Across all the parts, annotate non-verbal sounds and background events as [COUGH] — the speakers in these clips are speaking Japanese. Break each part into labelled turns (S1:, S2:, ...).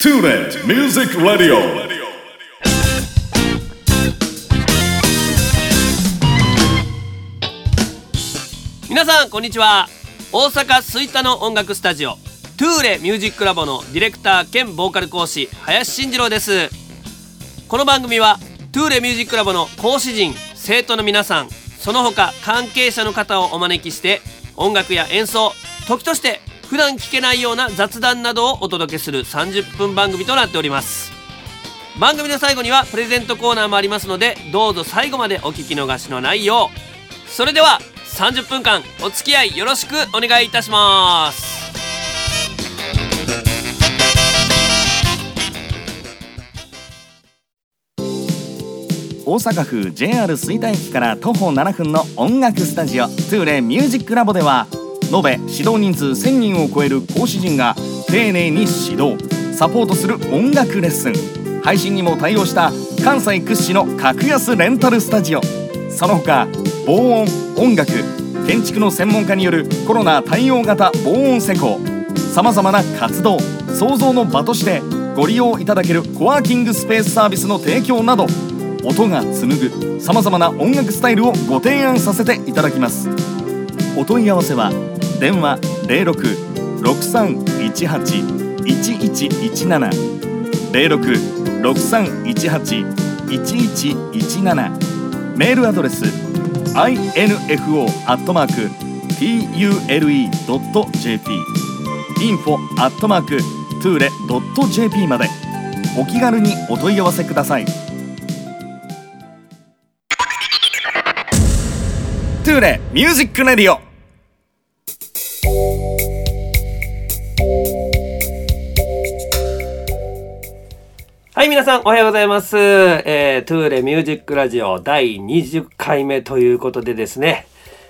S1: Tune in Music Radio.
S2: 皆さんこんにちは大阪吹田の音楽スタジオトゥーレミュージックラボのディレクター兼ボーカル講師林慎二郎ですこの番組はトゥーレミュージックラボの講師陣生徒の皆さんその他関係者の方をお招きして音楽や演奏時として普段聞けないような雑談などをお届けする30分番組となっております番組の最後にはプレゼントコーナーもありますのでどうぞ最後までお聞き逃しのないようそれでは30分間お付き合いよろしくお願いいたします
S3: 大阪府 JR 吹田駅から徒歩7分の音楽スタジオトゥーレミュージックラボでは延べ指導人数1000人を超える講師陣が丁寧に指導サポートする音楽レッスン配信にも対応した関西屈指の格安レンタルスタジオその他防音音楽建築の専門家によるコロナ対応型防音施工さまざまな活動創造の場としてご利用いただけるコワーキングスペースサービスの提供など音が紡ぐさまざまな音楽スタイルをご提案させていただきますお問い合わせは電話0663181117 0663181117メールアドレス info.tule.jp info.tule.jp までお気軽にお問い合わせくださいトゥーレミュージックレディオ
S2: はい皆さんおはようございます、えー、トゥーレミュージックラジオ第20回目ということでですね、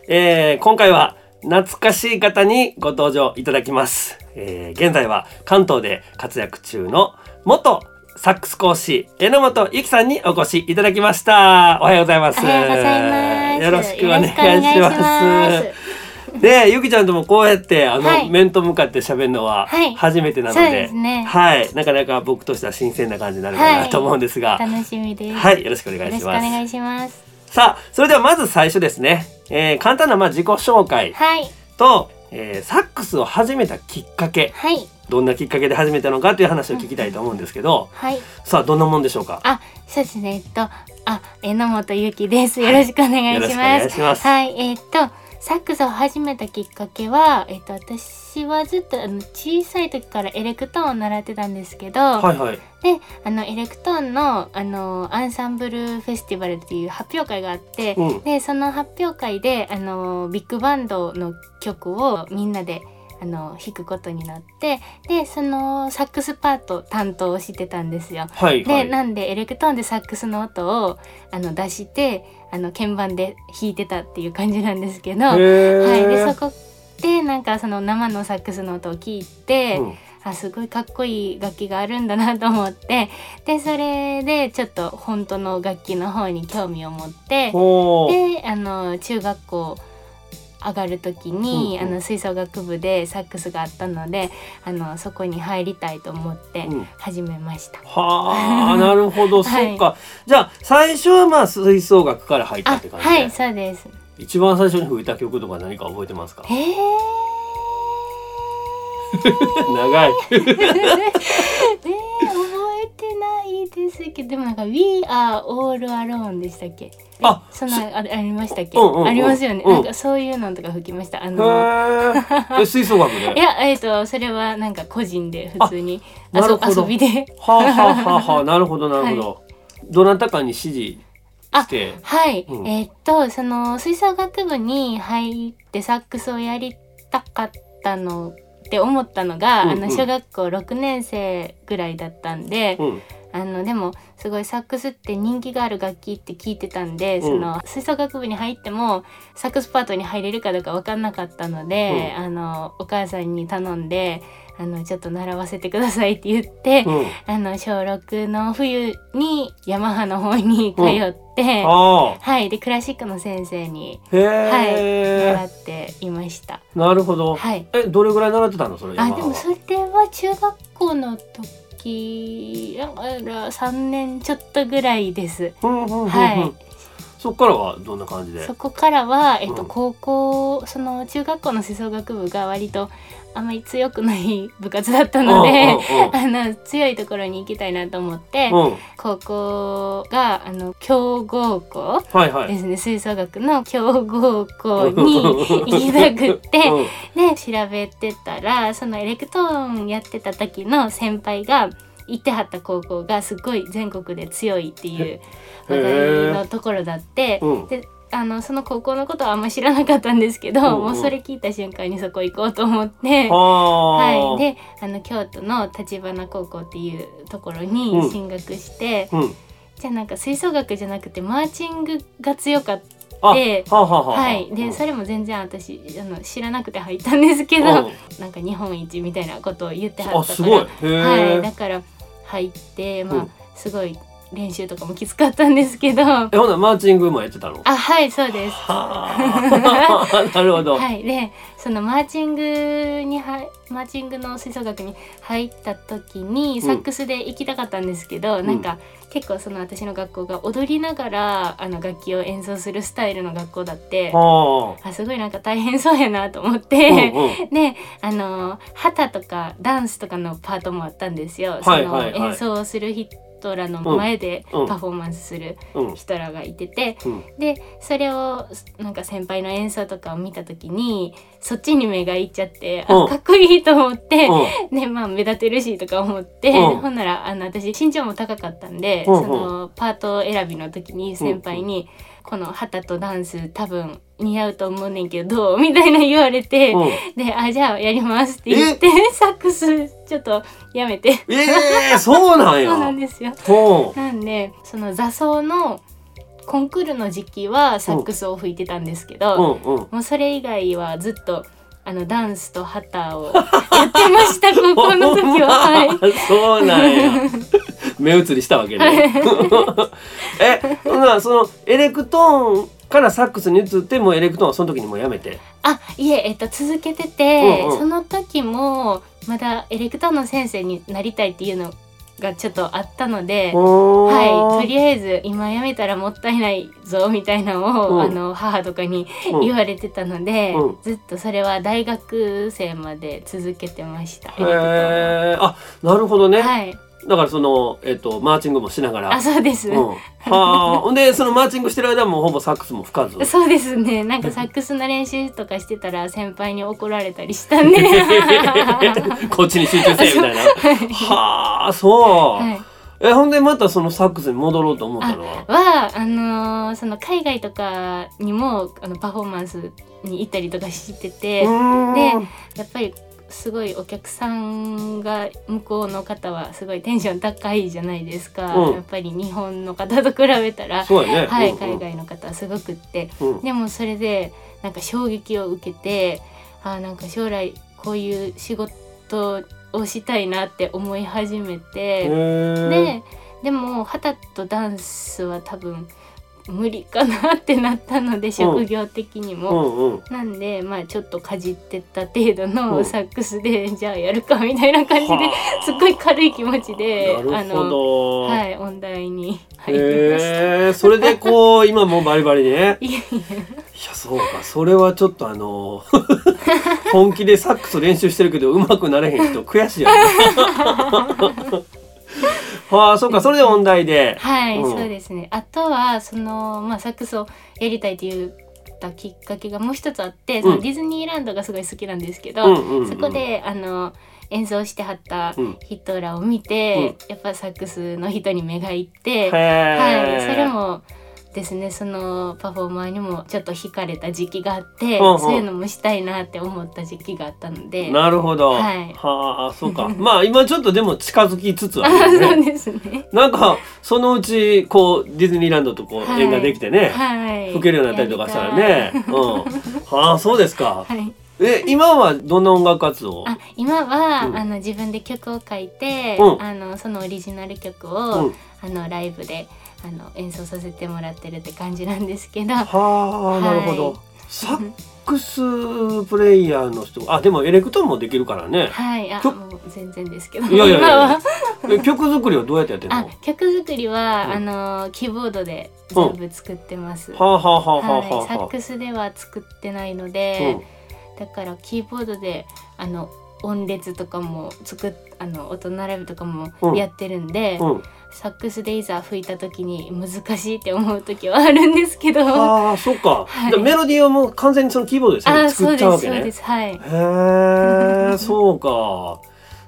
S2: えー今回は懐かしい方にご登場いただきます、えー現在は関東で活躍中の元サックス講師榎本由紀さんにお越しいただきましたおはようございます
S4: おはようございます。
S2: よろしくお願いし
S4: よろ
S2: ま
S4: くお願い
S2: す
S4: し
S2: で、ゆきちゃんともこうやって、あの、
S4: はい
S2: 面と向かって喋るのは
S4: はい
S2: 初めてなので、
S4: そうですね
S2: はい、なかなか僕としては新鮮な感じになるか
S4: は
S2: ないと思うんですが、は
S4: ま
S2: い、
S4: す。楽しみです。
S2: よろしくお願
S4: よ
S2: い
S4: ろ
S2: し
S4: しくお
S2: ます。
S4: 願いします。
S2: さあ、それではまず最初ですね、えー簡単なまあ自己紹介
S4: はい、
S2: と、えーサックスを始めたきっかけ、
S4: はい、
S2: どんなきっかけで始めたのかという話を聞きたいと思うんですけど、
S4: はい。
S2: さあ、どんなもんでしょうか。
S4: あ、そうですね。えっと、あ、榎本ゆきです。よろしくお願い
S2: よろ
S4: します
S2: し。くお願いします
S4: はい、えっと、サックスを始めたきっかけは、えっと、私はずっとあの小さい時からエレクトーンを習ってたんですけど、
S2: はいはい。
S4: で、あのエレクトーンのあのアンサンブルフェスティバルっていう発表会があって、
S2: うん
S4: でその発表会であのビッグバンドの曲をみんなであの弾くことになってでそのサックスパート担当をしてたんですよ。
S2: はいは
S4: で
S2: い。
S4: なんでエレクトーンでサックスの音をあの出してあの鍵盤で弾いてたっていう感じなんですけど、はい、でそ
S2: ー
S4: こでなんかその生のサックスの音を聞いて、
S2: うん
S4: あすごいかっこいい楽器があるんだなと思ってでそれでちょっと本当の楽器の方に興味を持って
S2: おー
S4: であの中学校上がる時に、
S2: うんうん
S4: あの吹奏楽部でサックスがあったのであのそこに入りたいと思って
S2: うん
S4: 始めました。
S2: はあ、なるほど、
S4: [LAUGHS] はい
S2: そっか。じゃあ、最初はまあ吹奏楽から入った
S4: あ
S2: って感じで、
S4: はいそうです。
S2: 一番最初に吹いた曲とか何か覚えてますか
S4: へえ。
S2: [LAUGHS] 長い。
S4: ねえ覚えてないですけどでもなんか「We are all alone」でしたっけ
S2: あ
S4: そんなあありましたっけ、
S2: うんうんうん
S4: ありますよね、
S2: うん
S4: なんかそういうのとか吹きましたあの
S2: へえ。え、吹奏楽で、
S4: [LAUGHS] いやえっ、とそれはなんか個人で普通に
S2: あなる
S4: 遊
S2: ほど
S4: 遊
S2: [LAUGHS]
S4: びで
S2: はあ、はあはあ
S4: [LAUGHS]
S2: はあ、なるほど、なるほど。どなたかに指示して。
S4: はい、
S2: うん
S4: えっ、とその吹奏楽部に入ってサックスをやりたかったのって思ったのが、
S2: うんうん
S4: あの小学校6年生ぐらいだったんで、
S2: うん。
S4: あのでもすごいサックスって人気がある楽器って聞いてたんで、
S2: ん
S4: その吹奏楽部に入ってもサックスパートに入れるかどうか分かんなかったので、あのお母さんに頼んであのちょっと習わせてくださいって言って、
S2: うん。
S4: あの小6の冬にヤマハの方に通って、
S2: ああ。
S4: はいでクラシックの先生に
S2: へえ、
S4: 習っていました。
S2: なるほど。
S4: はい
S2: え、どれぐらい習ってたのそれ
S4: あ
S2: 今は
S4: でもそれは中学校のきだから3年ちょっとぐらいです。
S2: うんうんうんうん
S4: はい
S2: そっからはどんな感じで
S4: そこからは、えっ
S2: う
S4: と、
S2: ん
S4: 高校その中学校の吹奏楽部が割とあんまり強くない部活だったので [LAUGHS] あの強いところに行きたいなと思って
S2: うんうんうんうん
S4: 高校があの強豪校
S2: はいはい
S4: ですね吹奏楽の強豪校に行きたくって
S2: うん
S4: で調べてたらそのエレクトーンやってた時の先輩が行ってはった高校がすごい全国で強いっていう話題のところだって。
S2: うん
S4: であのその高校のことはあんま知らなかったんですけど、
S2: うんうん
S4: もうそれ聞いた瞬間にそこ行こうと思 [LAUGHS] って、
S2: は
S4: はい、であの京都の立花高校っていうところ
S2: う
S4: に
S2: ん
S4: 進学して、
S2: うん、
S4: じゃあなんか吹奏楽じゃなくてマーチングが強かった。
S2: あ
S4: で
S2: はあはあはあ
S4: はい、
S2: う
S4: で
S2: ん
S4: それも全然私あの知らなくて入ったんですけど、
S2: うん
S4: なんか日本一みたいなことを言っては
S2: あ
S4: った
S2: す
S4: か
S2: ごいへ
S4: ら、
S2: え、
S4: はい、だから入ってまあ、
S2: うん
S4: すごい練習とかもきつかったんですけ
S2: [LAUGHS]
S4: どあ
S2: えほなマーチングもやってたの
S4: はいそうです。
S2: はあ [LAUGHS] なるほど、
S4: はい、でそのマーチングにはマーチングの吹奏楽に入った時に
S2: ん
S4: サックスで行きたかったんですけど、
S2: ん
S4: なんか結構その私の学校が踊りながらあの楽器を演奏するスタイルの学校だって、
S2: は
S4: あすごいなんか大変そうやなと思っ
S2: あ、
S4: て、
S2: うんうん
S4: であの旗とかダンスとかのパートもあったんですよ。
S2: はいはいは
S4: その
S2: い
S4: 演奏をする人らの前で
S2: うんうん
S4: パフォーマンスする
S2: うん
S4: 人らがいてて、
S2: うん
S4: でそれをなんか先輩の演奏とかを見た時にそっちに目がいっちゃって、
S2: うん
S4: あかっこいいと思って、
S2: うん
S4: でまあ目立てるしとか思って、
S2: うん
S4: ほんならあの私身長も高かったんで、
S2: うんうん
S4: そのパート選びの時に先輩に「この旗とダンス多分似合うと思うねんけどどう?」みたいな言われて。
S2: うん
S4: で、あ、じゃあやりますって言って、サックスちょっとやめて。
S2: ええそうなんや
S4: そうなんですよ。
S2: ほう
S4: なんでその座奏のコンクールの時期はサックスを吹いてたんですけど、
S2: うんうん
S4: もうそれ以外はずっとあのダンスと旗をやってま
S2: [LAUGHS]
S4: した高校の時は。
S2: ほんま
S4: はい
S2: [LAUGHS] そうなんや目移りしたわけね
S4: [LAUGHS]
S2: えほなそのエレクトーンからサックスに移ってもうエレクトーンはその時にもうやめて
S4: あいえ、えっと、続けてて、
S2: うんうん
S4: その時もまだエレクトーンの先生になりたいっていうのがちょっとあったので。はい、と
S2: は
S4: りあえず今やめたらもったいないぞみたいなのを、
S2: うん
S4: あの母とかに
S2: うん
S4: 言われてたので、
S2: うん
S4: ずっとそれは大学生まで続けてました。
S2: へえあなるほどね、
S4: はい、
S2: だからそのえっ、とマーチングもしながら
S4: あそうです、
S2: うん、はあほんでそのマーチングしてる間もほぼサックスも吹
S4: [LAUGHS]
S2: かず
S4: そうですねなんかサックスの練習とかしてたら先輩に怒られたりし
S2: [LAUGHS]
S4: たんで
S2: こっちに集中せえみたいなはあそう、
S4: はい
S2: えほんでまたそのサックスに戻ろうと思ったの
S4: あ
S2: は
S4: はあのーその海外とかにもあのパフォーマンスに行ったりとかしてて、で
S2: う
S4: やっぱりすごいお客さんが向こうの方はすごいテンション高いじゃないですか、
S2: うん
S4: やっぱり日本の方と比べた
S2: ーん
S4: ら、
S2: そうやね
S4: は
S2: う
S4: い、
S2: んうん
S4: 海外の方はすごくって
S2: うん
S4: でもそれでなんか衝撃を受けてあーなんか将来こういう仕事をしたいなって思い始め
S2: へ
S4: て、
S2: ー
S4: ででも肌とダンスは多分無理かなってなったので職業的にも。
S2: うんうん
S4: なんでまあちょっとかじってった程度
S2: う
S4: の
S2: ん
S4: サックスで、 [LAUGHS] じゃあやるかみたいな感じで
S2: はあ
S4: すっごい軽い気持ちで
S2: なるほど
S4: はい音大に入りました。
S2: へえそれでこう今もうバリバリね
S4: いやい
S2: いやそうかそれはちょっとあの [LAUGHS] 本気でサックス練習してるけど上手くなれへん人悔しいよね。は [LAUGHS] あそうかそれで音大で
S4: や。はい、
S2: うん
S4: そうですねあとはその、まあ、サックスをやりたいって言ったきっかけがもう一つあって、そのディズニーランドがすごい好きなんですけど、
S2: うんうんうん
S4: そこであの演奏してはった人らを見て、やっぱサックスの人に目がいって、は、
S2: はい
S4: それもですねそのパフォーマーにもちょっと惹かれた時期があって、
S2: うんうん
S4: そういうのもしたいなって思った時期があったので
S2: なるほど。
S4: はい
S2: はあそうかまあ今ちょっとでも近づきつつあ
S4: あ
S2: るよ
S4: [LAUGHS] そう
S2: ね。
S4: ですね
S2: なんかそのうちこうディズニーランドとこう
S4: はい
S2: 縁ができてね。
S4: はい
S2: 吹けるようになったりとかしたらね。うん。はあ、そうですか。
S4: やりたいはい
S2: え、今はどんな音楽活動を
S4: あ今は、
S2: うん
S4: あの自分で曲を書いて、
S2: うん
S4: あのそのオリジナル曲
S2: う
S4: を、
S2: ん
S4: あのライブであの演奏させてもらってるって感じなんですけど
S2: はあ、なるほ
S4: はい
S2: ど。サックスプレイヤーの人、あ、でもエレクトーンもできるからね。
S4: はいあ
S2: 曲
S4: もう全然ですけど
S2: いやいやいや
S4: [LAUGHS] 今は
S2: え曲作りはどうやってやってんの
S4: あ
S2: は
S4: 曲作りは、
S2: うん
S4: あのキーボードで全部作ってます、
S2: あ、はあはあはあ
S4: はい、
S2: は
S4: サ
S2: あ
S4: ッ
S2: は
S4: クスでは作ってないの
S2: あ、
S4: で、だからキーボードであの音列とかも作っあの音並びとかも
S2: うん
S4: やってるんで、
S2: うん、うん、
S4: サックスでいざ吹いた時に難しいって思う時はあるんですけどあ
S2: ああそっか、
S4: はい
S2: でメロディーはもう完全にそのキーボードで
S4: ー
S2: さ
S4: そ
S2: 作っ
S4: うです
S2: ちゃうわけ
S4: そう
S2: ね
S4: で
S2: へ
S4: すはい
S2: え
S4: [LAUGHS]
S2: そうか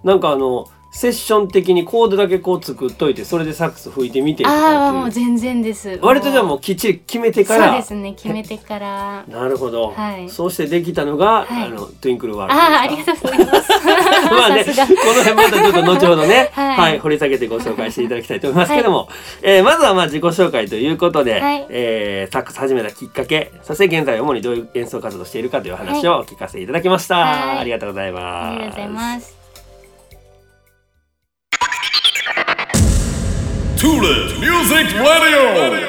S2: なんかあのセッション的にコードだけこう作っといてそれでサックス吹いてみてと
S4: ああー
S2: か
S4: も
S2: っ
S4: う
S2: ていう
S4: 全然です
S2: 割とじゃあも
S4: う
S2: うきっちり決めてか
S4: そう
S2: ら
S4: ですね決めてから
S2: なるほど、
S4: はい
S2: そうしてできたのが、
S4: はい
S2: あのトゥインクルワールド
S4: ああーあり
S2: ですか
S4: がとうございます
S2: [LAUGHS] まあね、こ
S4: さ
S2: の
S4: すが
S2: 辺またちょっと後ほどね、は、
S4: [LAUGHS] はいい
S2: 掘り下げてご紹介していただきたいと思いますけども、えーまずはまあ自己紹介ということで、
S4: はい
S2: えーサックス始めたきっかけ、そして現在主にどういう演奏活動をしているかというお話をお聞かせいただきました。
S4: はい
S2: ありがとうございます。。
S4: ありがとうございますす
S3: Tulip Music Radio.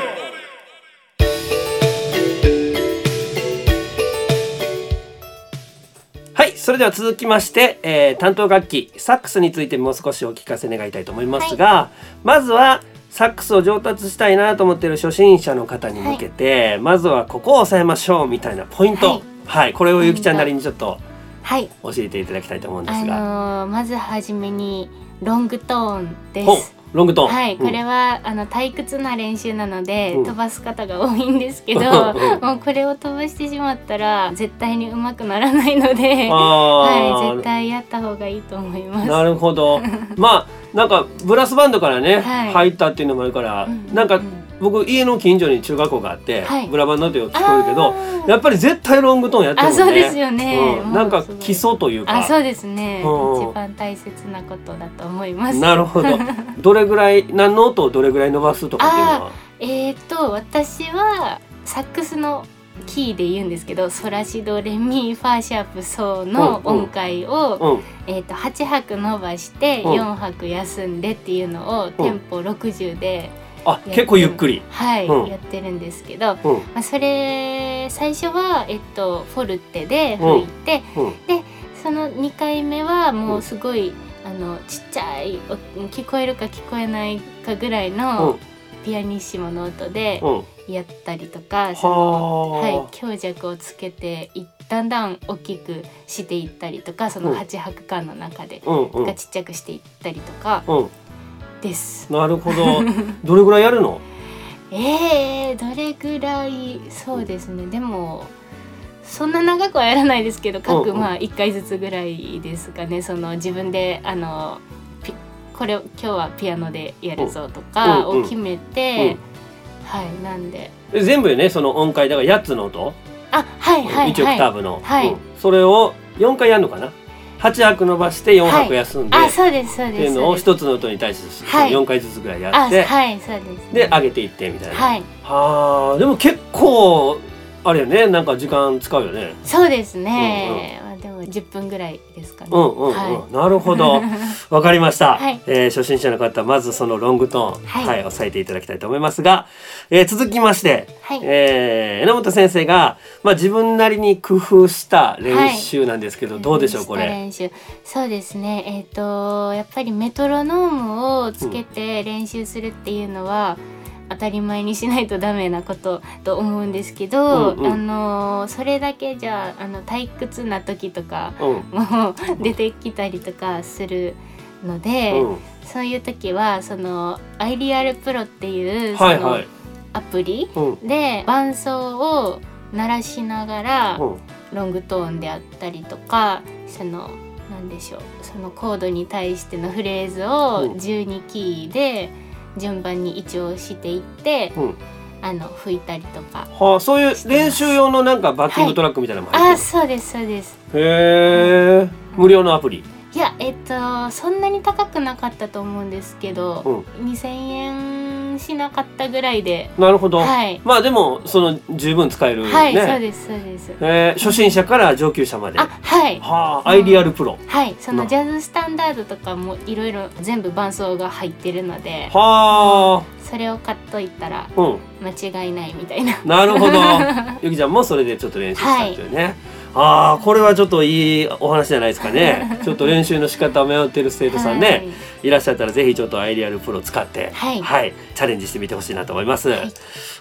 S2: はい、それでは続きまして、えー担当楽器サックスについてもう少しお聞かせ願いたいと思いますが、まずはサックスを上達したいなと思っている初心者の方に向けて、まずはここを押さえましょうみたいなポイント、は
S4: はいい、
S2: これをゆきちゃんなりにちょっと
S4: はい
S2: 教えていただきたいと思うんで
S4: あ
S2: すが、
S4: のーまずはじめにロングトーンで
S2: ほう
S4: す
S2: ロングトーン、
S4: はい、こ
S2: う
S4: れ
S2: ん
S4: は、あの退屈な練習なので、
S2: うん
S4: 飛ばす方が多いんですけど、
S2: うん
S4: [LAUGHS] もうこれを飛ばしてしまったら絶対に上手くならないので、は
S2: あー
S4: い、絶対やった方がいいと思います。
S2: なるほど [LAUGHS] まあなんかブラスバンドからね、
S4: はい
S2: 入ったっていうのもあるから、
S4: うん
S2: なんか、
S4: う
S2: 僕家の近所に中学校があって、
S4: はい
S2: ブラバンドってよく聞こえるけど
S4: あー
S2: やっぱり絶対ロングトーンやってる
S4: あ、
S2: もんね。
S4: そうですよね。
S2: う
S4: も
S2: ん、
S4: う
S2: なんか
S4: すごい
S2: 基礎という
S4: あ、
S2: か。
S4: そうですね。
S2: うん
S4: 一番大切なことだと思います。
S2: なる
S4: [LAUGHS]
S2: ほど。どれぐらい何の音をどれぐらい伸ばすとかっていうのは。
S4: えっ、と私はサックスのキーで言うんですけど、ソラシドレミファーシャープソーの音階を
S2: うん。
S4: えー、と8拍伸ばして
S2: うん
S4: 4拍休んでっていうのをテンポ60で、
S2: あ結構ゆっくり。
S4: はい
S2: うん
S4: やってるんですけど、ま
S2: うんうん
S4: あ、それ最初は、えっとフォルテで吹いて、その2回目はもうすごい、あのちっちゃいお聞こえるか聞こえないかぐらいのピアニッシモの音で
S2: うん。
S4: やったりとか、そのは、
S2: はい
S4: 強弱をつけていだんだん大きくしていったりとかその8拍間の中で。
S2: あ。うんう
S4: が
S2: ん。
S4: ちっちゃくしていったりとか
S2: うん。
S4: です。
S2: なるほど。どれぐらいやるの？
S4: えー、どれぐらいそうですねでもそんな長くはやらないですけど
S2: うんう
S4: 各
S2: ん
S4: まあ1回ずつぐらいですかねその自分であのピこれを今日はピアノでやるぞとか
S2: うんうん
S4: を決めて、はいなんで
S2: え全部よねその音階だから8つの音。
S4: あはいはい
S2: 1オクター
S4: はい
S2: ブの。
S4: はい
S2: うんそれを4回やるのかな。8拍伸ばして4拍休んで。
S4: あそうですそう
S2: っ
S4: で
S2: て
S4: す
S2: いうのを
S4: そうです
S2: 一つの音に対して
S4: はい
S2: 4回ずつぐらいや
S4: あ
S2: って、
S4: はいそうです
S2: で上げていってみたいな。
S4: はい
S2: はあでも結構あれよねなんか時間使うよね
S4: そうですね、まあでも10分ぐらいですかね、
S2: うんうんうん、
S4: は
S2: なるほ
S4: [LAUGHS]
S2: どわかりました、
S4: はい
S2: えー初心者の方まずそのロングトーン、は
S4: はいい
S2: 押さえていただきたいと思いますが、えー続きまして、
S4: はい
S2: えー榎本先生が、まあ、自分なりに工夫した練習なんですけど、
S4: い
S2: どうでしょうこれ。
S4: 練習そうですねえっ、とやっぱりメトロノームをつけて練習するっていうのは、当たり前にしないとダメなことと思うんですけど、
S2: うんうん
S4: あのーそれだけじゃあの退屈な時とか
S2: うん
S4: も出てきたりとかするので、
S2: うん
S4: そういう時はそのアイリアルプロっていうそ
S2: はいはい
S4: の、アプリ
S2: うん
S4: で伴奏を鳴らしながら、
S2: うん
S4: ロングトーンであったりとかそのなんでしょうそのコードに対してのフレーズ
S2: うん
S4: を12キーで順番に一応していって、
S2: うん
S4: あの吹いたりとか。
S2: はあ、そういう練習用のなんかバッティングトラックみたいなのも入
S4: あ
S2: って
S4: そうですそうです
S2: る、へえ無料のアプリ
S4: いやえっとそんなに高くなかったと思うんですけど、2,000円しなかったぐらいで
S2: なるほど、
S4: はい
S2: まあでもその十分使えるね、
S4: はい、そうですそうです
S2: えー初心者から上級者まで
S4: あ
S2: は
S4: はい
S2: あアイリアルプロ
S4: はいそ
S2: な
S4: のジャズスタンダードとかもいろいろ全部伴奏が入ってるので
S2: は
S4: それを買っといた
S2: あ
S4: ら
S2: うん
S4: 間違いないみたいな。 [LAUGHS]
S2: なるほどゆきちゃんもそれでちょっと練習したっていうね、ああこれはちょっといいお話じゃないですかね
S4: [LAUGHS]
S2: ちょっと練習の仕方を迷ってる生徒さんね、
S4: はい
S2: い、らっしゃったらぜひちょっとアイリアルプロ使って
S4: はい
S2: チャレンジしてみてほしいなと思います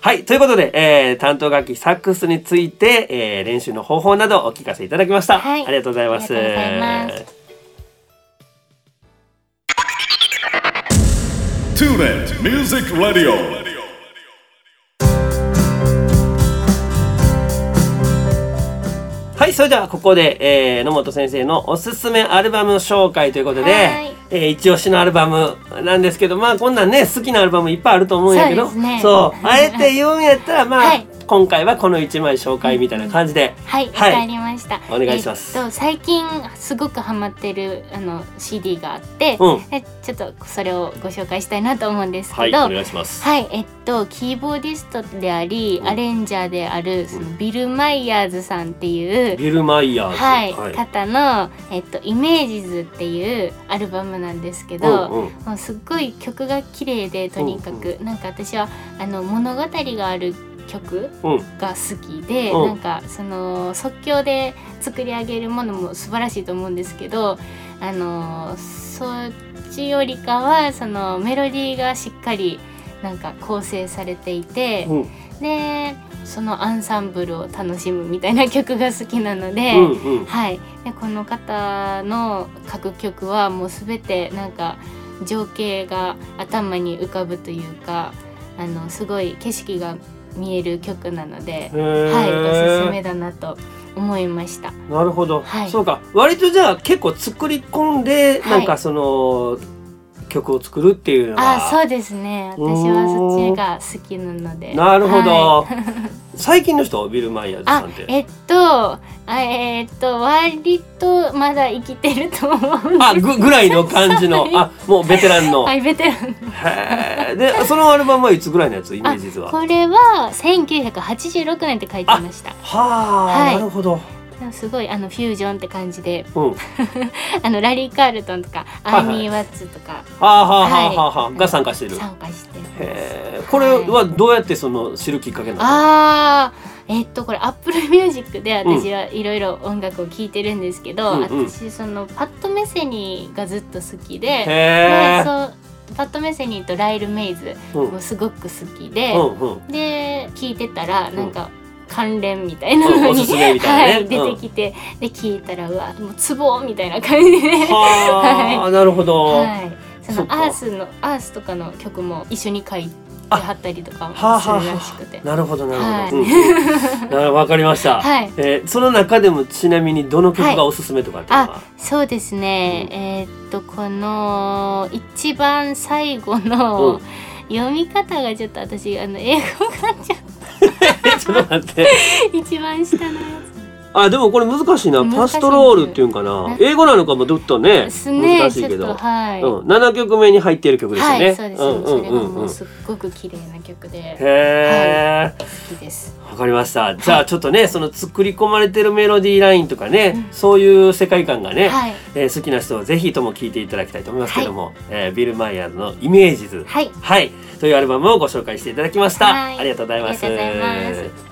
S2: はい
S4: い、
S2: ということで、えー担当楽器サックスについて、えー練習の方法などお聞かせいただきました、
S4: はい
S2: ありがとうございます
S4: ありがとうございます
S3: Tune it Music Radio.
S2: はいそれではここで、えー野本先生のおすすめアルバム紹介ということで、
S4: はい
S2: えー一押しのアルバムなんですけどまあこんなんね好きなアルバムいっぱいあると思うんやけど
S4: そうですね
S2: そうあえて言うんやったらまあ、
S4: はい
S2: 今回はこの1枚紹介みたいな感じで、
S4: はい、わ
S2: はい
S4: かりました。
S2: お願いします
S4: えっと最近すごくハマってるあの CD があって、
S2: うん
S4: えちょっとそれをご紹介したいなと思うんです
S2: はい
S4: け
S2: お
S4: ど、はい、
S2: 願いします。
S4: えっとキーボーディストであり、
S2: うん
S4: アレンジャーであるそのビルマイヤーズさんっていう。
S2: ビルマイヤーズ
S4: はい、方の、えっと、イメージズっていうアルバムなんですけど、
S2: うんうん
S4: もうすっごい曲が綺麗でとにかく、なんか私はあの物語がある曲
S2: うん
S4: が好きで、
S2: うん
S4: なんかその即興で作り上げるものも素晴らしいと思うんですけどあのそっちよりかはそのメロディーがしっかりなんか構成されていて、
S2: うん
S4: でそのアンサンブルを楽しむみたいな曲が好きなので。
S2: うんうん
S4: はい、でこの方の書く曲はもう全てなんか情景が頭に浮かぶというかあのすごい景色が見える曲なので、はい、おすす
S2: へ
S4: め
S2: え
S4: だなと思いました。
S2: なるほど、
S4: はい
S2: そうか割とじゃあ結構作り込んで、
S4: は
S2: な
S4: い
S2: んかその曲を作るっていうのが
S4: あそうですね私はそっちが好きなので。
S2: なるほ
S4: はい
S2: ど、最近の人ビル・マイヤーズさ
S4: あ
S2: んって
S4: えっとあえっと割とまだ生きてると思うんで
S2: あぐぐらいの感じ
S4: [LAUGHS]
S2: のあもうベテランの、
S4: はいベテランの
S2: [LAUGHS] へえでそのアルバムはいつぐらいのやつイメージ図はは
S4: これは1986年って書いてました
S2: あ、
S4: はい
S2: なるほど、
S4: すごいあのフュージョンって感じで
S2: うん、
S4: あのラリー・カールトンとか
S2: は
S4: ア
S2: いはい
S4: ーニー・ワッツとか
S2: あーはあはあはあはあ、
S4: はい
S2: が参加してる
S4: 参加してます、
S2: へえこれはどうやってその知るきっかけなの
S4: あーえっとこれアップル [LAUGHS] ミュージックで私はいろいろ音楽を聴いてるんですけど、
S2: うんうん
S4: 私そのパッド・メセニーがずっと好きで
S2: へ
S4: で
S2: え
S4: そうパッド・メセニーとライル・メイズ
S2: うん
S4: もすごく好きで、
S2: うんうん
S4: で聞いてたらなんか関連みたいなのに、
S2: うんおすすめみたいなね
S4: は
S2: うん
S4: い、出てきて、で聞いたらうわもうツボみたいな感じで。
S2: はあなるほど、
S4: はい、そ
S2: そっ
S4: の
S2: か
S4: アースのアースとかの曲も一緒に書いてはったりとかもするらしくて。
S2: なるほどなるほど、
S4: はい
S2: うんうん、なるわかりました、
S4: はい
S2: えーその中でもちなみにどの曲がおすすめとかっていうのは、
S4: そうですね、えーっとこの一番最後の、
S2: うん
S4: 読み方がちょっと私あの英語がちょっ
S2: ちょっと待
S4: [LAUGHS]
S2: って
S4: と一番下のや
S2: あでもこれ難しいな
S4: 難しい
S2: パストロールっていうんかな
S4: ね
S2: 英語なのかもどっと
S4: つ
S2: ね
S4: です
S2: [LAUGHS]
S4: ね
S2: 難し
S4: ち
S2: いけ
S4: ょっ
S2: ど
S4: と、はい、
S2: うん、7曲目に入っている曲ですよ
S4: は
S2: ね、
S4: いそうです、
S2: んう
S4: そ
S2: ん
S4: れ
S2: う
S4: がも
S2: んう
S4: うんすっごく綺麗な曲で
S2: へえ、
S4: 好きです
S2: わかりました。じゃあちょっとね、その作り込まれてるメロディーラインとかね、
S4: うん
S2: そういう世界観がね、
S4: はい
S2: えー好きな人はぜひとも聞いていただきたいと思いますけども、えービル・マイヤーズのイメージ図、
S4: はい
S2: はい、というアルバムをご紹介していただきました。
S4: はい
S2: ありがとうございます。
S4: ありがとうございます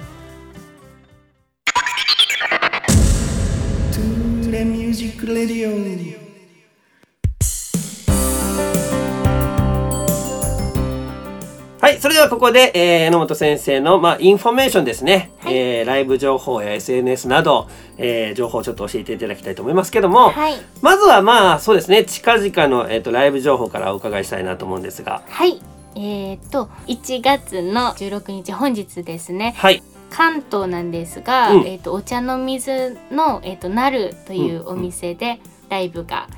S2: はい、それではここで、えー、榎本先生の、まあ、インフォメーションですね、
S4: はい
S2: えーライブ情報や SNS など、えー情報をちょっと教えていただきたいと思いますけども、
S4: はい
S2: まずはまあそうですね近々の、えー、とライブ情報からお伺いしたいなと思うんですが
S4: はいえーっと1月の16日本日ですね
S2: はい
S4: 関東なんですが、
S2: うん
S4: えー、とお茶の水の、えー、となるというお店でライブが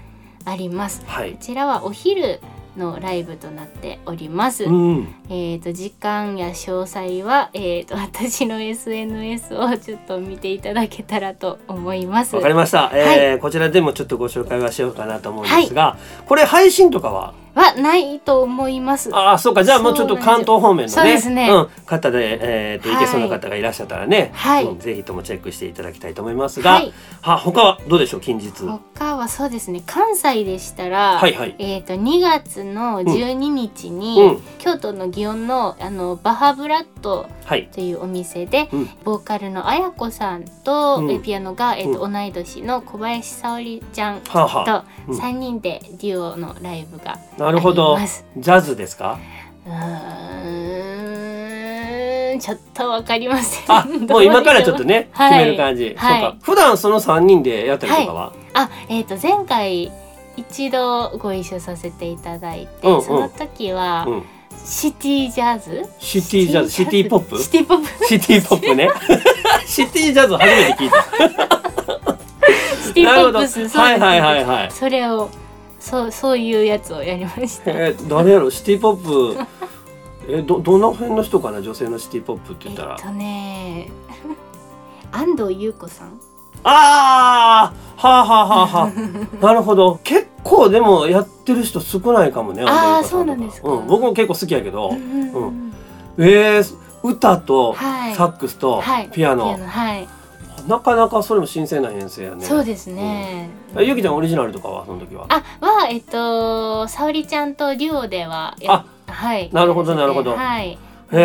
S4: あります、
S2: はい
S4: こちらはお昼のライブとなっております、
S2: うん
S4: えー、と時間や詳細は、えー、と私の SNS をちょっと見ていただけたらと思います
S2: わかりました、えーこちらでもちょっとご紹介はしようかなと思うんですが、これ配信とかは
S4: はないと思います。
S2: ああそうかじゃあもうちょっと関東方面の
S4: そうなん
S2: ね
S4: ですそうですね
S2: うん、方で、えー、と
S4: はい
S2: いけそうな方がいらっしゃったらね、
S4: はい
S2: うんぜひともチェックしていただきたいと思いますが、
S4: は。
S2: はい他はどうでしょう近日は
S4: 他はそうですね。関西でしたら、
S2: いはい
S4: えっ、と2月の12日に、
S2: うん
S4: 京都の祇園のあのバハブラッド
S2: はい
S4: というお店で、
S2: うん
S4: ボーカルのあやこさんと、
S2: うん
S4: えピアノが、えっと同い年の小林沙織ちゃんと
S2: はあ、はあうん
S4: 3人でデュオのライブが
S2: なるほど
S4: あります
S2: ジャズですか
S4: [LAUGHS] うーんちょっとわかりません
S2: あもう今からちょっと
S4: ね
S2: ね、
S4: はい
S2: 決める感じ、
S4: はい
S2: そうか普段その三人でやったりとかは、
S4: あえっ、と前回一度ご一緒させていただいて、
S2: うんうん
S4: その時は、
S2: うん
S4: シティジャズ
S2: シティジャズシティポップ
S4: シティポップ
S2: シティポップ
S4: [LAUGHS]
S2: ねシティジャズ初めて聞いた
S4: シティポップスそうです
S2: はいはいはいはい
S4: それをそうそういうやつをやりました
S2: えー誰やろシティポップえどどの辺の人かな女性のシティポップって
S4: え
S2: 言ったら、
S4: っとね安藤優子さん
S2: ああはあはあはあは
S4: [LAUGHS]
S2: あなるほど結構でもやってる人少ないかもね
S4: あ
S2: のゆかさ
S4: ー
S2: と
S4: そうなんですか
S2: うん、僕も結構好きやけど、
S4: うんうんうん
S2: えー歌と
S4: はい
S2: サックスと
S4: はい
S2: ピアノ、
S4: はい
S2: なかなかそれも新鮮な編成やね
S4: そうですね
S2: えゆきちゃんオリジナルとかはその時は
S4: あはえっと沙織ちゃんとデュオではやはい
S2: なるほどなるほど
S4: はい
S2: へ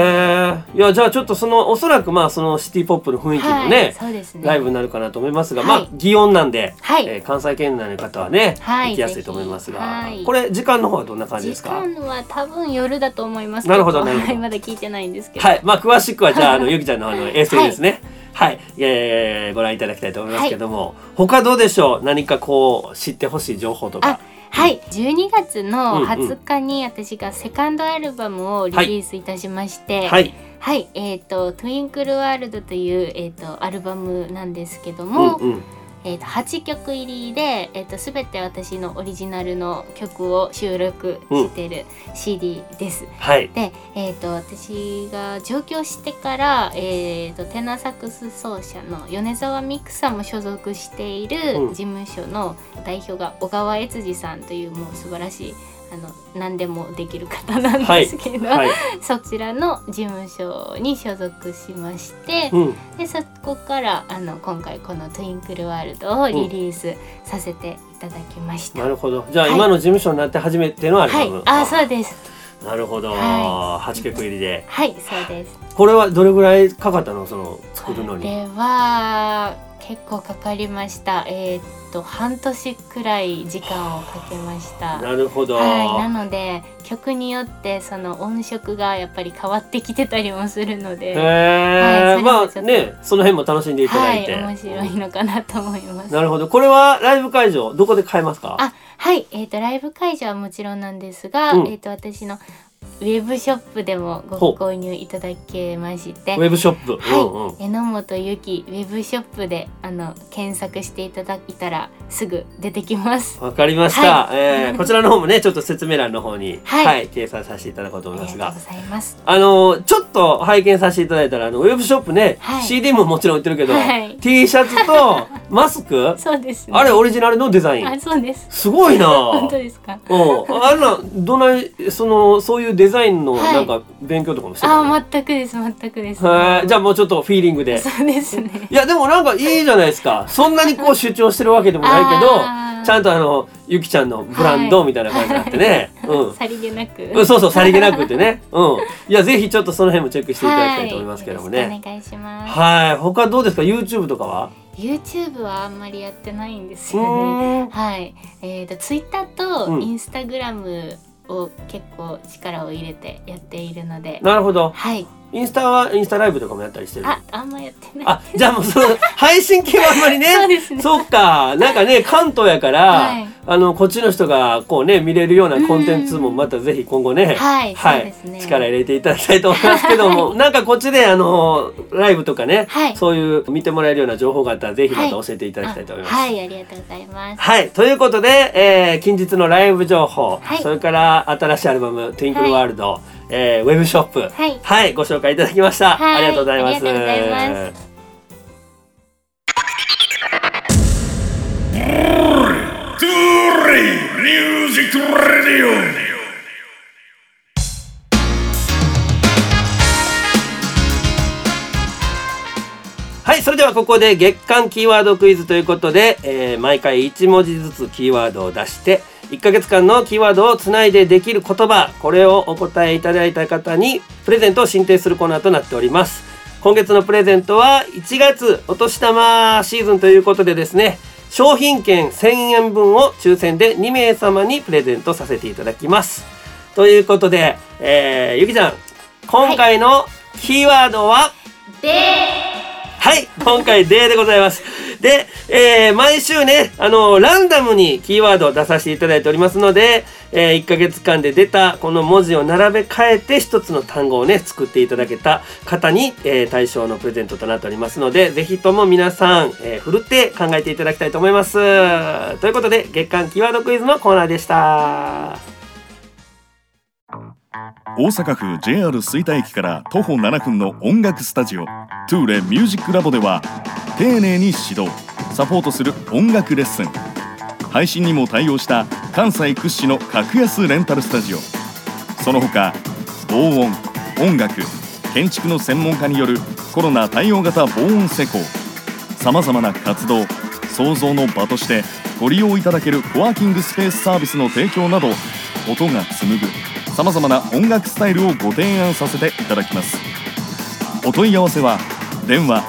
S2: えいやじゃあちょっとそのおそらくまあそのシティポップの雰囲気も
S4: はい
S2: ね、
S4: そうですね
S2: ライブになるかなと思いますが、
S4: はい
S2: まあ祇園なんで、
S4: はい
S2: えー関西圏内の方はね、
S4: はい
S2: 行きやすいと思いますが、
S4: ぜひはい
S2: これ時間の方はどんな感じで
S4: 時
S2: すか
S4: 間は多分夜だと思います
S2: なるほど
S4: ちょっと
S2: なるほど
S4: はい [LAUGHS] まだ聞いてないんですけど
S2: はい、まあ詳しくはじゃああ
S4: [LAUGHS]
S2: のゆきちゃんのあの衛星ですね。はい、えーご覧いただきたいと思いますけども、他どうでしょう？何かこう知ってほしい情報とか
S4: あ。はい12月
S2: うん
S4: の
S2: うん
S4: 20日に私がセカンドアルバムをリリースいたしまして
S2: はい、
S4: はい、えっ、と「トゥインクルワールド」という、えー、とアルバムなんですけど
S2: う
S4: も、
S2: んうん、
S4: えー、と8曲入りで、えー、と全て私のオリジナルの曲を収録してる CD です。
S2: はい、
S4: で、えー、と私が上京してから、えー、とテナーサックス奏者の米沢美久さんも所属している
S2: うん
S4: 事務所の代表が小川悦司さんというもう素晴らしいあの何でもできる方なん
S2: はい
S4: ですけど、
S2: はい、
S4: そちらの事務所に所属しまして、
S2: うん、
S4: でそこからあの今回この「トゥインクルワールド」をリリースさせていただきました。
S2: なるほど。じゃあ、
S4: はい
S2: 今の事務所になって初めてのアル
S4: は
S2: バ
S4: い
S2: ム。、
S4: あ、そうです。
S2: なるほど、
S4: は
S2: 八曲入りで。
S4: はい、そうです。
S2: これはどれぐらいかかったの？その作るの
S4: こ
S2: に。
S4: れは結構かかりました。えーっと半年くらい時間をかけました。
S2: なるほど。
S4: はい、なので曲によってその音色がやっぱり変わってきてたりもするの
S2: へ
S4: で、
S2: え
S4: はいそ
S2: ま
S4: れもち
S2: あ
S4: ょっと
S2: ね、その辺も楽しんでいただ
S4: はいい、
S2: て。
S4: 面白いのかなと思います。
S2: なるほど。これはライブ会場どこで買えますか？
S4: あはい、えー、とライブ会場はもちろんなんですが、
S2: うん
S4: えー、と私のウェブショップでもご購入いただけまして
S2: ウェブショップ。
S4: はい、
S2: うんうん。
S4: 榎本ゆきウェブショップであの検索していただいたらすぐ出てきます。
S2: わかりました、
S4: はい
S2: えーこちらの方もねちょっと説明欄の方に、
S4: は
S2: はいい掲載させていただこうと
S4: あ
S2: 思
S4: り
S2: い
S4: が
S2: ま
S4: と
S2: す
S4: う
S2: が
S4: ございます。
S2: あのーちょっと拝見させていただいたらあのウェブショップね、
S4: はい
S2: CD ももちろん売ってるけど、
S4: はい
S2: T シャツ
S4: [LAUGHS]
S2: とマスク
S4: そうです、ね。
S2: あれオリジナルのデザイ
S4: あ
S2: ン
S4: そうです。
S2: すごいな
S4: 本当ですか。
S2: うん、あれなどないそのそういうデザインの
S4: はい
S2: なんか勉強とかもしてたの、
S4: あ全くです全くです。
S2: へーじゃあもうちょっとフィーリングで
S4: そうですね。
S2: いやでもなんかいいじゃないですかそんなにこう主張してるわけでもないけ
S4: あー
S2: どちゃんとあのゆきちゃんのブランドみたいな感じになってね、うん
S4: さりげなく。
S2: うん、そうそう、さりげなくってね。うん。いや、ぜひちょっとその辺もチェックしていただきたいと思いますけども
S4: はい、よろ
S2: ね
S4: し。くお願いします。
S2: はい、他どうですか ?YouTube とかは
S4: YouTube はあんまりやってないんです
S2: う
S4: よね。
S2: ーん。
S4: はい、えー、と Twitter と
S2: うん
S4: Instagram を結構力を入れてやっているので、
S2: なるほど。
S4: はい。
S2: インスタはインスタライブとかもやったりしてる。
S4: あ、あんまやってない。
S2: あ、じゃあもうその、配信系はあんまりね。
S4: [LAUGHS] そうですね
S2: っか。なんかね、関東やから、
S4: はい
S2: あの、こっちの人がこうね、見れるようなコンテンツもまたぜひ今後ね、
S4: はい
S2: は
S4: そうで
S2: い
S4: すね
S2: 力入れていただきたいと思いますけども、
S4: [LAUGHS]
S2: なんかこっちであの、ライブとかね、
S4: はい
S2: そういう見てもらえるような情報があったらぜひまた教えていただきたいと思います。
S4: あはい、ありがとうございます。
S2: はい、ということで、えー近日のライブ情報、
S4: はい
S2: それから新しいアルバム「Twinkle World、えーウェブショップ、はい
S4: はい、
S2: ご紹介いただきました、
S4: はい
S2: ありがとうございます
S4: ありがとうございま
S3: トゥーリーミュージックラディオ
S2: はい、それではここで月間キーワードクイズということで、えー毎回1文字ずつキーワードを出して、1ヶ月間のキーワードをつないでできる言葉、これをお答えいただいた方にプレゼントを進呈するコーナーとなっております。今月のプレゼントは1月お年玉シーズンということでですね、商品券1000円分を抽選で2名様にプレゼントさせていただきます。ということで、えーゆきちゃん、今回のキーワードは、はい、今回デーでございます。で、えー毎週ね、あのランダムにキーワードを出させていただいておりますので、え1ヶ月間で出たこの文字を並べ替えて一つの単語をね、作っていただけた方に、えー対象のプレゼントとなっておりますので、ぜひとも皆さん、えー振るって考えていただきたいと思います。ということで、月間キーワードクイズのコーナーでした。
S3: 大阪府 JR 吹田駅から徒歩7分の音楽スタジオトゥーレミュージックラボでは丁寧に指導サポートする音楽レッスン配信にも対応した関西屈指の格安レンタルスタジオその他防音音楽建築の専門家によるコロナ対応型防音施工さまざまな活動創造の場としてご利用いただけるコワーキングスペースサービスの提供など音が紡ぐさまざまな音楽スタイルをご提案させていただきますお問い合わせは電話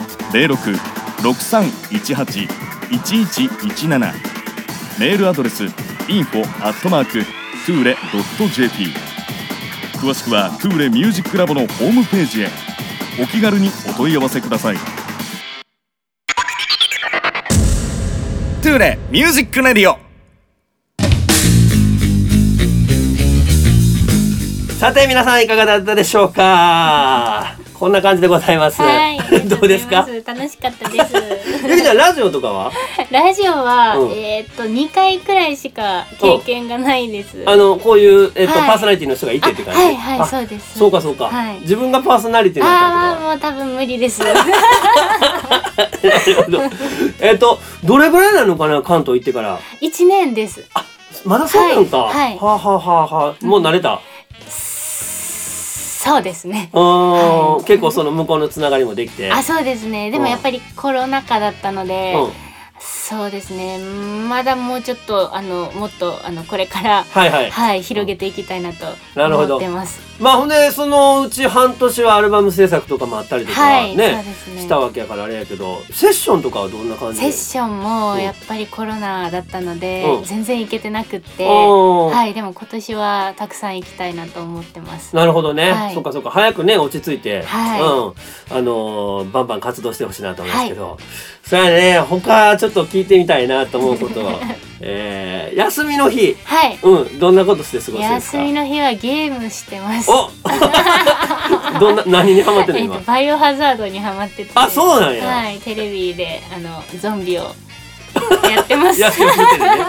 S3: 0663181117メールアドレス info at mark tule.jp 詳しくはトゥーレミュージックラボのホームページへお気軽にお問い合わせください
S5: トゥーレミュージックレディオ
S2: さて皆さんいかがだったでしょうかこんな感じでございます。
S4: はい、ありが
S2: [LAUGHS]
S4: と
S2: どうですか
S4: ございます楽しかったです。 [LAUGHS]
S2: ゆきちゃん、ラジオとかは
S4: ラジオは、
S2: うん
S4: えーっと2回くらいしか経験がないです。
S2: あのこういう、えっと
S4: はい
S2: パーソナリティの人がいてって感じ
S4: あはいはい
S2: あ
S4: そうです
S2: そうかそうか、
S4: はい
S2: 自分がパーソナリティにな
S4: あ
S2: っ
S4: あもう多分無理です。 [LAUGHS]
S2: たりとか [LAUGHS] なるほどえっとどれぐらいなのかな関東行ってから
S4: 1年です。
S2: まだそうなんか、
S4: はいは
S2: は
S4: い
S2: あはあはあはあもう慣れた、
S4: そうですね。
S2: うーん
S4: はい
S2: 結構その向こうのつながりもできて
S4: あそうですね。でも
S2: うん
S4: やっぱりコロナ禍だったので、
S2: うん、
S4: そうですね。まだもうちょっとあのもっとあのこれから
S2: はいはい
S4: はい広げていきたいなと
S2: なるほど
S4: 思ってます。
S2: まあほんでそのうち半年はアルバム制作とかもあったりとか、
S4: はい、そう
S2: ね
S4: ですね。
S2: したわけやからあれやけどセッションとかはどんな感じ
S4: セッションもやっぱりコロナだったので、
S2: うん
S4: 全然行けてなくって、
S2: おー
S4: はいでも今年はたくさん行きたいなと思ってます。
S2: なるほどね、
S4: はい
S2: そっかそっか早くね落ち着いて、
S4: はい
S2: うんあのーバンバン活動してほしいなと思うんですけど、それはね他ちょっと聞いてみたいなと思う
S4: [LAUGHS]
S2: ことえー、休みの日
S4: はい。
S2: うんどんなことして過ごしてるんです
S4: 休
S2: か
S4: みの日はゲームしてます。
S2: お [LAUGHS] どんな何にハマってんの
S4: えっ
S2: 今
S4: と、バイオハザードにハマってて。
S2: あそうなんや
S4: はい、テレビで、あの、ゾンビを。やっ
S2: [LAUGHS]
S4: てます。
S2: 休みの日テレビね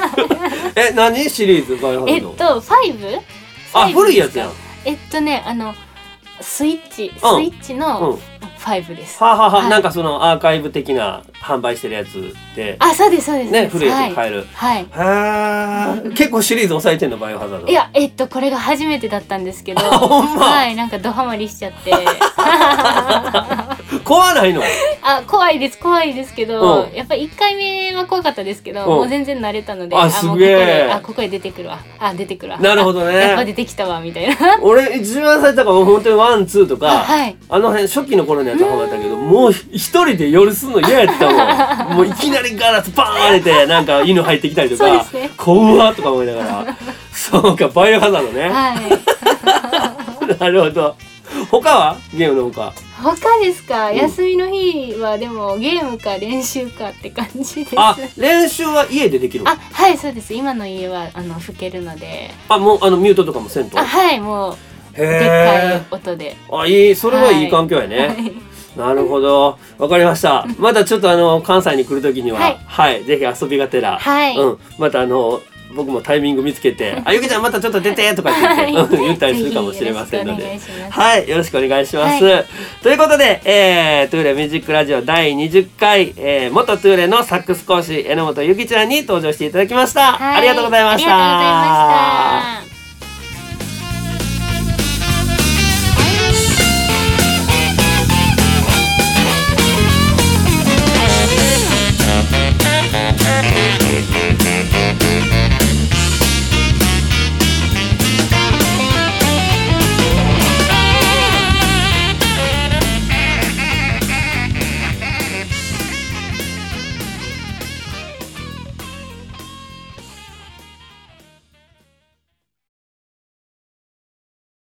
S2: え何シリーズバイオハザ
S4: えっ
S2: ード
S4: と、ファイブ。
S2: あ古いやつやんは
S4: えっとね、あの。スイッチ、スイッチ
S2: うん
S4: のファイブです。
S2: あはあはあ、
S4: はい
S2: なんかそのアーカイブ的な販売してるやつで
S4: あ、そうです、そうです。
S2: ね古いやつに変える、
S4: はい。はい。
S2: はあ結構シリーズ抑えてんのバイオハザード
S4: いや、えっと、これが初めてだったんですけ
S2: [LAUGHS]
S4: ど。
S2: ほんま
S4: はい、なんかドハマりしちゃって。
S2: 怖ないの
S4: あ、怖いです、怖いですけど、
S2: うん
S4: やっぱり一回目は怖かったですけど、
S2: うん
S4: もう全然慣れたので。
S2: あ
S4: もう
S2: すげえ
S4: ここであ、ここへ出てくるわ。あ、出てくるわ。
S2: なるほどね
S4: [LAUGHS] あやっぱ出てきたわみたいな。
S2: 俺一番最初だから本当にワンツーとか、
S4: あ [LAUGHS] はい
S2: あの辺初期の頃のやつはハマったけどもう一人で夜すんの嫌やったもんもういきなりガラスバーン割れてなんか犬入ってきたりと
S4: そう
S2: か
S4: ですね
S2: 怖っとか思いながらそうかバイオハザードね、
S4: はい。
S2: なるほど他はゲームの他
S4: 他ですか、
S2: ん
S4: 休みの日はでもゲームか練習かって感じです。
S2: あ練習は家でできる
S4: あはいそうです今の家はあの吹けるので
S2: あもうあのミュートとかもせんと
S4: あはいもう
S2: へ
S4: でっか
S2: え
S4: い音で、
S2: あいいそれはいい環境やね、
S4: はい
S2: なるほど。わかりました。またちょっとあの、関西に来るときには、は
S4: はいい、
S2: ぜひ遊びがてら、
S4: はい
S2: うん、またあの、僕もタイミング見つけて、あ、ゆきちゃんまたちょっと出てとかって言って、
S4: はい
S2: うん [LAUGHS] 言ったりするかもしれませんの
S4: ぜ
S2: で
S4: ひよろしくお願いし。ます
S2: はい、よろしくお願いします。ということで、えー、トゥーレミュージックラジオ第20回、えー、元トゥーレのサックス講師、榎本ゆきちゃんに登場していただきました。
S4: はい
S2: ありがとうございました。
S4: ありがとうございました